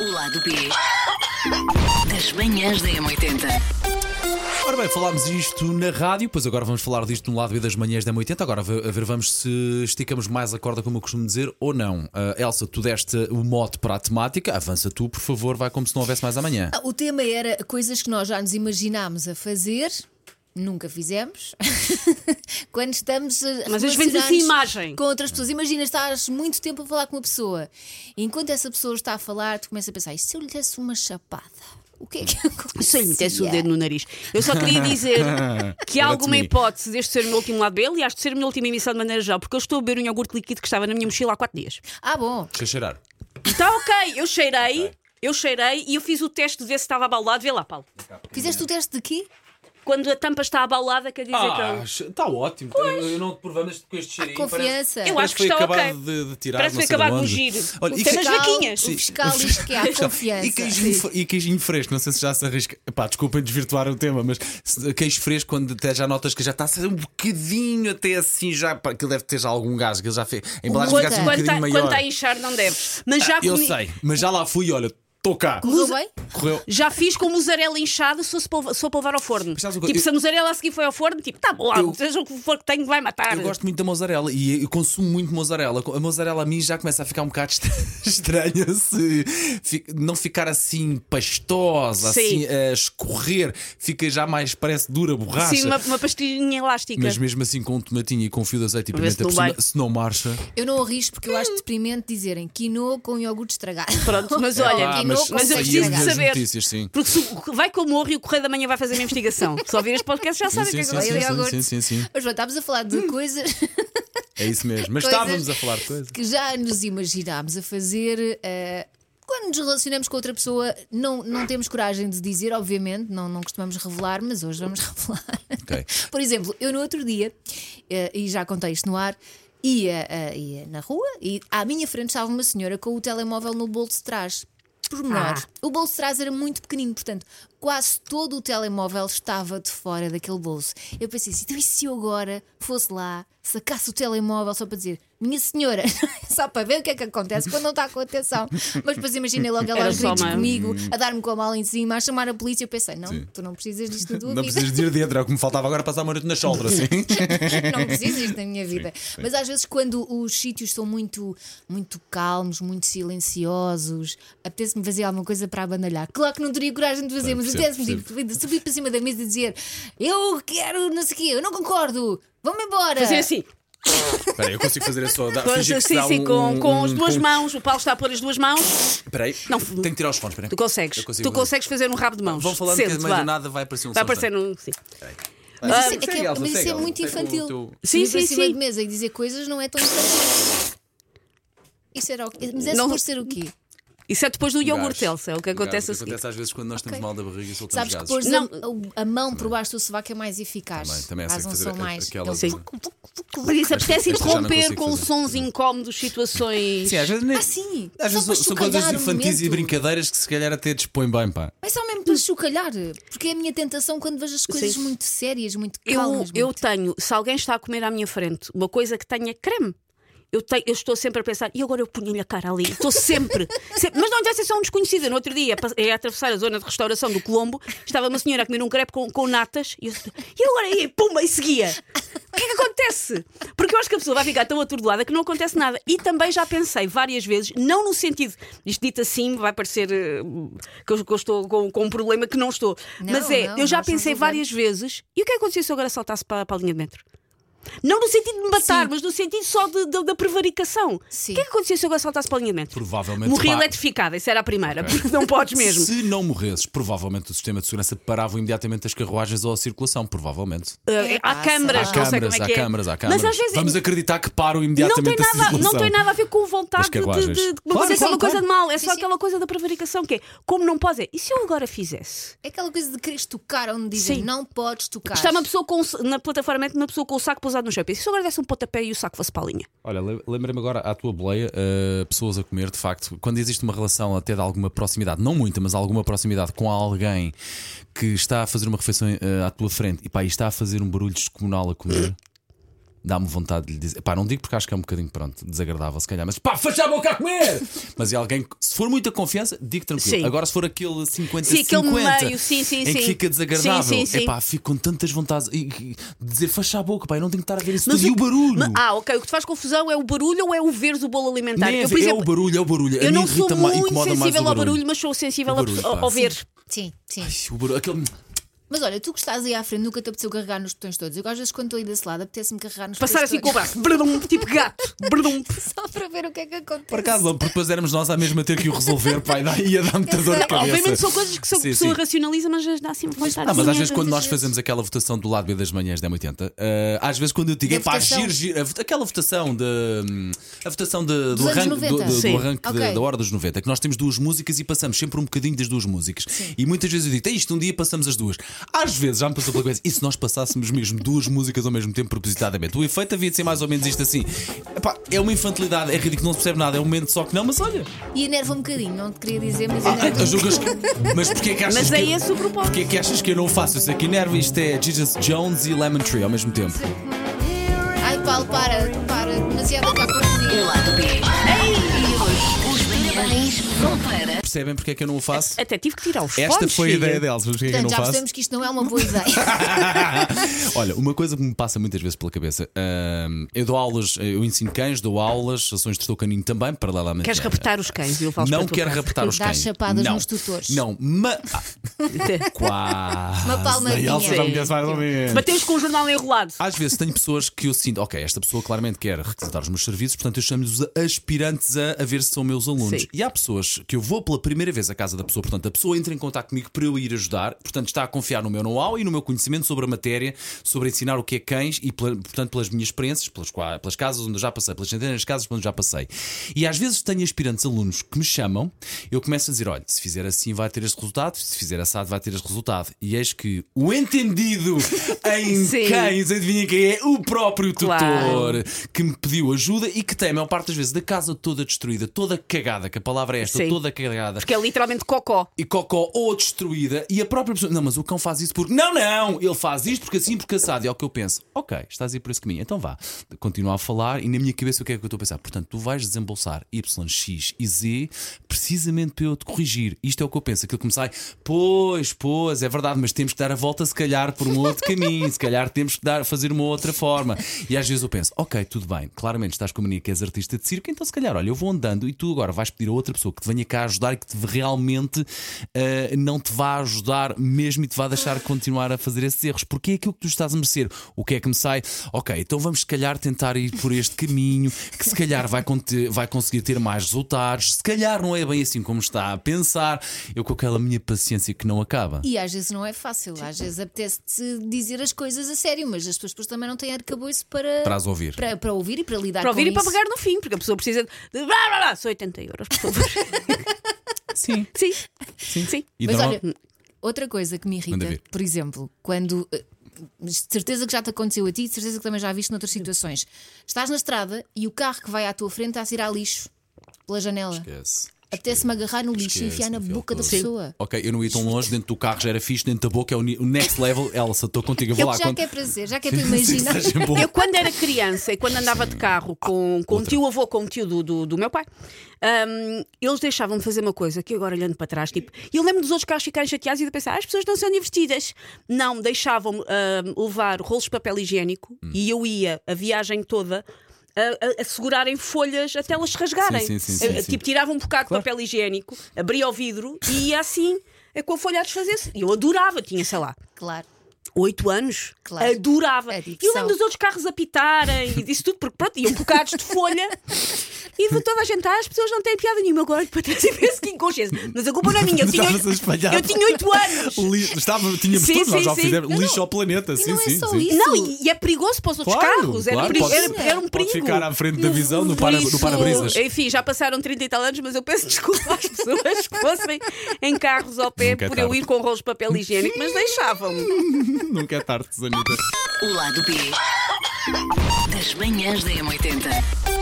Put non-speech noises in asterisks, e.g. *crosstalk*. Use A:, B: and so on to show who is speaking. A: O lado B das manhãs da M80.
B: Ora bem, falámos isto na rádio, pois agora vamos falar disto no lado B das manhãs da 80. Agora ve- a ver, vamos se esticamos mais a corda, como eu costumo dizer, ou não. Ah, Elsa, tu deste o mote para a temática, avança tu, por favor, vai como se não houvesse mais amanhã.
C: Ah, O tema era coisas que nós já nos imaginámos a fazer, nunca fizemos, *laughs* quando estamos a
D: Mas às vezes
C: relacionar-nos
D: essa imagem.
C: com outras pessoas. Imagina, estás muito tempo a falar com uma pessoa e enquanto essa pessoa está a falar, tu começas a pensar: e se eu lhe desse uma chapada? O que é que *laughs* acontecia?
D: Se ele metesse o dedo no nariz. Eu só
B: *laughs*
D: queria dizer
B: é. Era assim.
D: que há alguma
B: de mim.
D: hipótese deste ser o meu último lado B, aliás, de ser a minha última emissão de maneira geral, porque eu estou a beber um iogurte líquido que estava na minha mochila há 4 dias.
C: Ah, bom.
B: Deixa eu cheirar.
D: Está ok, eu cheirei, eu cheirei e eu fiz o teste de ver se estava abaulado. Vê lá, Paulo.
C: Fizeste o teste de quê?
D: Quando a tampa está abaulada, quer dizer que.
B: está Ah, tá ótimo. Então, Eu não te provei, mas com este cheirinho.
C: Confiança.
D: Eu acho é que
B: foi
D: está
B: acabado
D: ok.
B: de, de tirar.
D: Parece
B: não
D: que
B: sei
D: foi
B: de
D: acabado de
B: onde.
D: mugir.
B: Olha,
D: O
B: e
D: Tem
B: que-
D: nas
C: fiscal-
D: vaquinhas.
C: O
B: Sim.
C: fiscal diz
B: *laughs*
C: que há confiança.
B: E queijinho, fre- e queijinho fresco, não sei se já se arrisca. Pá, desculpem desvirtuar o tema, mas se- queijo fresco, quando até já notas que já está a sair um bocadinho até assim, já. Pá, aquilo deve ter já algum gás, que ele já fez. A embalagem
C: Quanto-
B: de gás é um
D: Quando
B: bocadinho
D: está-
B: maior. Ah,
D: quando tá está a inchar, não deves. Mas já
B: Eu
D: comi-
B: sei, mas já lá fui, olha, estou cá.
C: Correu bem?
B: Correu.
D: Já fiz com mussarela inchada se fosse para levar- só para levar ao forno.
B: sabes uma
D: Tipo,
B: coisa? Eu-
D: se a mussarela a seguir foi ao forno, tipo, tá bom,
B: Eu-
D: seja o que for que tenho, vai matar.
B: Eu gosto muito da mozzarella e eu consumo muito mozzarella. A mozzarella a mim já começa a ficar um bocado est- *laughs* estranha se fi- não ficar assim pastosa,
D: Sim.
B: assim a escorrer, fica já mais, parece dura borracha.
D: Sim, uma, uma pastilhinha elástica.
B: Mas mesmo assim com um tomatinho e com um fio de azeite e
D: Para ver se
B: pimenta
D: não
B: por cima,
D: vai.
B: se não marcha.
C: Eu não arrisco porque eu acho deprimente dizerem quinoa com iogurte
D: *laughs*
C: estragado.
D: Pronto, mas olha,
C: Ah,
D: É, mas,
C: mas
D: eu
C: saía
D: preciso de
C: nas
D: saber.
B: notícias, sim.
D: Porque se o- vai com o morro e o correio da manhã vai fazer a minha investigação. Se ouvir este podcast já sabem o que é que
B: sim,
D: eu
C: Vai
B: sim,
C: ao
B: sim,
C: iogurte.
B: sim, sim, sim.
C: Mas pronto, estávamos a falar
D: Hum.
C: de coisas.
B: É isso mesmo. Mas
C: Coisas-
B: estávamos a falar de coisas.
C: que já nos imaginámos a fazer. eh, quando nos relacionamos com outra pessoa, não, não temos coragem de dizer, obviamente, não, não costumamos revelar, mas hoje vamos *laughs* revelar.
B: Ok.
C: Por exemplo, eu no outro dia, eh, e já contei isto no ar, ia, eh, ia na rua e à minha frente estava uma senhora com o telemóvel no bolso de trás. Por menor.
D: Ah.
C: O bolso de trás era muito pequenino, portanto, quase todo o telemóvel estava de fora daquele bolso. Eu pensei assim: então e se eu agora fosse lá, sacasse o telemóvel só para dizer, minha senhora, *laughs* só para ver o que é que acontece quando não está com atenção. Mas depois imaginei logo ela
D: Era
C: aos
D: só
C: gritos
D: uma-
C: comigo, a dar-me com a mala em cima, a chamar a polícia. Eu pensei: não, tu não precisas disto na tua
B: Não
C: vida.
B: precisas de ir dentro, é o que me faltava agora passar uma noite na sombra,
D: *laughs*
B: assim.
C: tipo,
B: *laughs*
C: não preciso isto na minha vida. Mas às vezes, quando os sítios são muito, muito calmos, muito silenciosos, apetece-me fazer alguma coisa para abandalhar. Claro que não teria coragem de fazer,
B: Claro,
C: mas
B: percebo,
C: apetece-me tipo, subir para cima da mesa e dizer: Eu quero, não sei o quê, eu não concordo, vamos embora.
D: Fazer assim,
B: Espera aí, eu consigo fazer isso só. dá-
D: com,
B: fingir que se
D: assim,
B: dá
D: assim,
B: um-
D: com, com as
B: um-
D: duas
B: com-
D: mãos. O Paulo está a pôr as duas mãos.
B: Espera aí.
D: Não,
B: Tenho que tirar os fones, espera aí.
D: Tu consegues.
B: Eu
D: Tu
B: consigo fazer.
D: consegues fazer um rabo de mãos.
B: Vão falando
D: Sente,
B: que meio
D: vá.
B: do nada vai aparecer um
D: Vai
B: som estranho.
D: aparecer um. Sim.
C: Mas isso,
B: Segue,
C: é que é-
B: Elsa,
C: mas isso
B: segue,
C: é
B: Elsa.
C: muito
B: Segue o
C: infantil.
B: teu-
D: Sim,
C: Subir para
D: sim,
C: cima
D: sim.
C: de mesa e dizer coisas não é tão infantil. Isso era o quê? Mas é
D: Não-
C: por ser o quê?
D: Isso é depois
B: Um
D: do iogurte,
B: Gás.
D: Elsa. É o que
B: Gás,
D: acontece a seguir.
B: acontece às vezes quando nós estamos
C: Ok.
B: mal da barriga e soltamos
C: Sabes que
B: gases.
C: pôr
D: Não.
C: a, a mão por baixo do sovaco é mais eficaz.
B: Também- também é assim
C: Faz um
B: fazer
C: som
B: a-
C: mais.
B: aquela-
C: Aquele-
B: Sim.
D: Por isso, apetece
B: esta já não
D: interromper
B: consigo
D: com
B: fazer.
D: sons incómodos, situações.
B: Sim, às vezes nem...
C: Ah, sim.
B: Às
C: Só
B: vezes
C: para
B: são coisas
C: chocalhar o
B: infantis e
C: momento.
B: brincadeiras que se calhar até dispõem bem, pá.
C: É só mesmo para chocalhar, porque é a minha tentação quando vejo as coisas
D: Sim.
C: muito sérias, muito
D: Eu,
C: calmas.
D: eu
C: muito-
D: tenho, se alguém está a comer à minha frente uma coisa que tenha creme, eu, tenho- eu estou sempre a pensar, e agora eu punho-lhe a cara ali? Estou sempre, *laughs* sempre- Mas não interessa, é só um desconhecido. No outro dia, a pas- a atravessar a zona de restauração do Colombo, estava uma senhora a comer um crepe com, com natas e eu e agora aí, pumba, e seguia. O que é que acontece? Porque eu acho que a pessoa vai ficar tão atordoada que não acontece nada. E também já pensei várias vezes, não no sentido, isto dito assim, vai parecer eh, que eu, que eu estou com, com um problema que não estou.
C: Não,
D: Mas é,
C: não,
D: eu já
C: nós não
D: pensei
C: julgamos.
D: várias vezes. E o que é que acontecia se eu agora saltasse para, para a linha de metro? Não no sentido de me matar, mas no sentido só de- de- da prevaricação.
C: Sim.
D: O que é que acontecia se eu agora saltasse para a linha de metro?
B: Provavelmente
D: Morria
B: pá-
D: eletrificada, isso era a primeira, porque não podes mesmo.
B: Se não morresses, provavelmente o sistema de segurança parava imediatamente as carruagens ou a circulação, provavelmente.
D: Uh,
C: É,
D: há
C: pá,
D: câmaras,
C: sei
B: Há
D: não
B: câmaras,
D: sei como é
B: há
D: que é.
B: câmaras, há câmaras.
D: Mas às vezes é-
B: Vamos acreditar que param
D: não tem,
B: imediatamente a
D: nada, não
B: circulação.
D: tem nada a ver com vontade
B: Das
D: de, de,
B: carruagens.
D: de, de
B: Claro,
D: fazer
B: claro,
D: alguma coisa de mal, é
C: Sim,
D: só
C: sim.
D: aquela coisa da prevaricação que é como não pode é. E se eu agora fizesse?
C: É aquela coisa de quereres tocar onde dizem
D: Sim.
C: não podes tocar.
D: Está uma pessoa com, o- na plataforma uma pessoa com o saco pousado no chão. E se eu agora desse um pontapé e o saco fosse para a linha?
B: Olha, le- lembrei-me agora à tua boleia, eh, pessoas a comer, de facto, quando existe uma relação até de alguma proximidade, não muita, mas alguma proximidade com alguém que está a fazer uma refeição eh, à tua frente e, pá, e está a fazer um barulho descomunal a comer. *coughs* Dá-me vontade de lhe dizer. Pá, não digo porque acho que é um bocadinho, pronto, desagradável, se calhar, mas pá, fecha a boca a
D: *laughs*
B: comer! mas é alguém, que- se for muita confiança, digo tranquilo.
D: Sim.
B: Agora, se for aquele 50
D: Sim, aquele
B: 50,
D: meio, sim, sim,
B: em
D: sim.
B: que fica desagradável,
D: Sim, sim, sim.
B: é pá, fico com tantas vontades. E, e dizer fecha a boca, pá, eu não tenho que estar a ver isso tudo. E
D: que-
B: o barulho!
D: ma- ah, ok. O que te faz confusão é o barulho ou é o veres o bolo alimentar?
B: Nem é
D: eu,
B: ver-
D: por exemplo,
B: é o barulho, é o barulho. A
D: eu
B: mim
D: não sou
B: irrita-me,
D: muito
B: incomoda-me mais
D: sensível
B: o
D: ao barulho, mas sou
B: O
D: sensível
B: barulho,
D: ao,
B: pá.
D: ao ver.
C: Sim, sim.
B: Ai, o barulho, aquele.
C: Mas olha, tu que estás aí à frente, nunca te apeteceu carregar nos botões todos. Eu às vezes quando estou aí desse lado, apetece-me carregar nos
D: Passar
C: botões
D: assim com o
C: todos.
D: braço, brdum, tipo gato, *laughs* brdum.
C: *laughs* Só para ver o que é que acontece.
B: Por acaso, não, porque depois éramos nós a mesma ter que o resolver, pá, e dá- ia dar muita dor de
C: Exato.
B: cabeça.
D: Obviamente são coisas que são- que a
B: Sim,
D: pessoa
B: sim.
D: racionaliza, mas dá sempre vontade.
B: Ah, mas às vezes quando
C: muitas
B: nós
C: vezes.
B: fazemos aquela votação do lado B das manhãs da M80, eh, às vezes quando eu digo,
C: Da
B: é pá,
C: votação?
B: giro, giro, a vot- aquela votação de. hum, A votação de- do
C: anos
B: arranque, do, do-
C: 90.
B: do
D: Sim.
B: arranque
C: Ok.
B: da, da hora dos 90, que nós temos duas músicas e passamos sempre um bocadinho das duas músicas. E muitas vezes eu digo, "Tem isto, um dia passamos as duas. Às vezes já me passou pela coisa, e se nós passássemos mesmo duas músicas ao mesmo tempo, propositadamente? O efeito havia de ser mais ou menos isto assim. Epá, é uma infantilidade, é ridículo, não se percebe nada, é um momento só que não, mas olha.
C: E enerva um bocadinho, não te queria dizer, mas
B: Ah,
C: enerva.
B: ah, julgas que- Mas porquê é que achas
D: Mas é
B: que...
D: esse o propósito.
B: Porquê é que achas que eu não faço isso aqui? Nerva, isto é Jesus Jones e Lemon Tree ao mesmo tempo.
C: Ai, Paulo, para, para, demasiada
A: O
C: coisa.
A: lado B. E hoje os manhãs vão para.
B: Percebem porque é que eu não o faço?
D: Até tive que tirar os
B: Esta
D: fones,
B: foi a
D: filha.
B: ideia deles, mas porquê é que eu
C: Portanto,
B: não
C: já
B: faço?
C: percebemos que isto não é uma boa ideia.
B: *laughs* Olha, uma coisa que me passa muitas vezes pela cabeça. hum, eu dou aulas, eu ensino cães, dou aulas, sou um instrutor canino também, paralelamente.
D: Queres raptar os cães? Eu falo
B: Não quero raptar os
C: Dá
B: cães.
C: chapadas
B: não.
C: nos tutores.
B: Não,
C: *laughs*
B: mas. Quase.
C: Uma palmadinha.
B: A Elsa já me conhece mais ou menos.
D: Batemos com o jornal enrolado.
B: Às vezes tenho pessoas que eu sinto, ok, esta pessoa claramente quer requisitar os meus serviços, portanto eu chamo-lhes aspirantes a, a ver se são meus alunos.
D: Sim.
B: E há pessoas que eu vou pela primeira vez à casa da pessoa, portanto a pessoa entra em contato comigo para eu ir ajudar, portanto está a confiar no meu know-how e no meu conhecimento sobre a matéria, sobre ensinar o que é cães e, pela- portanto, pelas minhas experiências, pelas, qua- pelas casas onde eu já passei, pelas centenas de casas onde eu já passei. E às vezes tenho aspirantes alunos que me chamam, eu começo a dizer, olha, se fizer assim vai ter este resultado, se fizer assado vai ter este resultado. E eis que o entendido em
D: Sim.
B: cães cães, adivinha quem é? O próprio tutor
D: Claro.
B: que me pediu ajuda e que tem a maior parte das vezes da casa toda destruída, toda cagada, que a palavra é esta,
D: Sim.
B: toda cagada.
D: Que é literalmente cocó.
C: Ah,
B: E cocó ou destruída, e a própria pessoa, não, mas o cão faz isso porque. Não, não! Ele faz isto porque assim, porque assado. E é o que eu penso, ok, estás a ir por esse caminho, então vá. Continuo a falar e na minha cabeça o que é que eu estou a pensar? Portanto, tu vais desembolsar Y, X e Z precisamente para eu te corrigir. Isto é o que eu penso. Aquilo que me sai, pois, pois, é verdade, mas temos que dar a volta, se calhar, por um outro caminho, se calhar temos que dar, fazer uma outra forma. E às vezes eu penso, ok, tudo bem, claramente estás com a mania que és artista de circo, então se calhar, olha, eu vou andando e tu agora vais pedir a outra pessoa que te venha cá ajudar e que te realmente eh, não te vá ajudar mesmo e te vá
C: Ah.
B: deixar continuar a fazer esses erros, porque é aquilo que tu estás a merecer. O que é que me sai? Ok, então vamos se calhar tentar ir por este caminho, que se calhar vai, conte- vai conseguir ter mais resultados, se calhar não é bem assim como está a pensar, eu com aquela minha paciência que não acaba.
C: E às vezes não é fácil, às vezes apetece-te dizer as coisas a sério, mas as pessoas depois também não têm arcabouço para,
B: Para as ouvir.
C: para, para ouvir e para lidar
D: Para
C: com
D: ouvir e
C: isso.
D: para pagar no fim, porque a pessoa precisa de. de- blá, blá, blá, são 80 euros, por favor.
B: *laughs* Sim.
D: Sim. Sim. Sim.
B: E
C: Mas
B: normal-
C: olha, outra coisa que me
B: Manda
C: irrita,
B: ver.
C: por exemplo, quando. eh, de certeza que já te aconteceu a ti, de certeza que também já viste noutras situações. Estás na estrada e o carro que vai à tua frente está a tirar lixo pela janela.
B: Esquece.
C: Apetece-me agarrar no lixo e
B: Esquece,
C: enfiar na
B: enfiar
C: boca da
B: tudo.
C: pessoa.
B: é Ok, eu não ia tão longe, dentro do carro já era fixe, dentro da boca é o ni- o next
C: *laughs*
B: level. Elsa, estou contigo, eu
C: É
B: vou
C: o
B: lá.
C: que já
B: quando-
C: quer prazer,
B: *laughs*
C: já quer tu imaginar.
B: Seja bom.
D: Eu, quando era criança e quando andava de carro com, com o tio avô, com o tio do, do, do meu pai, hum, eles deixavam-me fazer uma coisa que eu agora olhando para trás, tipo, e eu lembro dos outros carros ficarem chateados e de pensar, "Ah, as pessoas não são divertidas. Não, deixavam-me hum, levar rolos de papel higiênico
B: Hum.
D: e eu ia a viagem toda. A, a- a segurarem folhas até elas se rasgarem.
B: Sim, sim, sim,
D: Eh,
B: sim, sim.
D: Tipo, tirava um bocado de papel higiênico, abria o vidro e ia assim, eh, com a folha a desfazer-se. E eu adorava, tinha, sei lá,
C: *laughs* Claro.
D: oito anos,
C: Claro.
D: adorava.
C: É
D: e
C: diversão.
D: eu lembro dos outros carros a pitarem e disso tudo, porque pronto, iam bocados de folha e de toda a gente, ah, as pessoas não têm piada nenhuma. Agora olho para trás e *laughs* penso que inconsciência. Mas a culpa não é minha, eu tinha
B: Estavas a espalhar.
D: oito, eu tinha oito anos.
B: Li- Estava, tínhamos
D: Sim,
B: todos, nós
D: sim,
B: já
D: sim.
B: fizemos
C: Não,
B: lixo
C: não.
B: ao planeta.
C: E
B: sim,
C: não é
B: sim,
C: só
B: sim.
C: isso.
D: Não, e, e é perigoso para os outros
B: Claro,
D: carros, era,
B: claro,
D: perigo-
B: pode-
D: era- era um
B: pode
D: perigo.
B: ficar à frente da
D: Não,
B: visão no
D: por
B: para- no
D: isso,
B: para-brisas.
D: Enfim, já passaram 30 e tal anos, mas eu peço desculpa às pessoas que fossem em carros ao pé
B: Nunca é
D: por eu
B: tarde.
D: ir com rolos de papel higiênico, mas deixavam-me.
B: Nunca
C: *laughs*
B: é tarde, Zanita.
A: O lado B. Das manhãs da M80.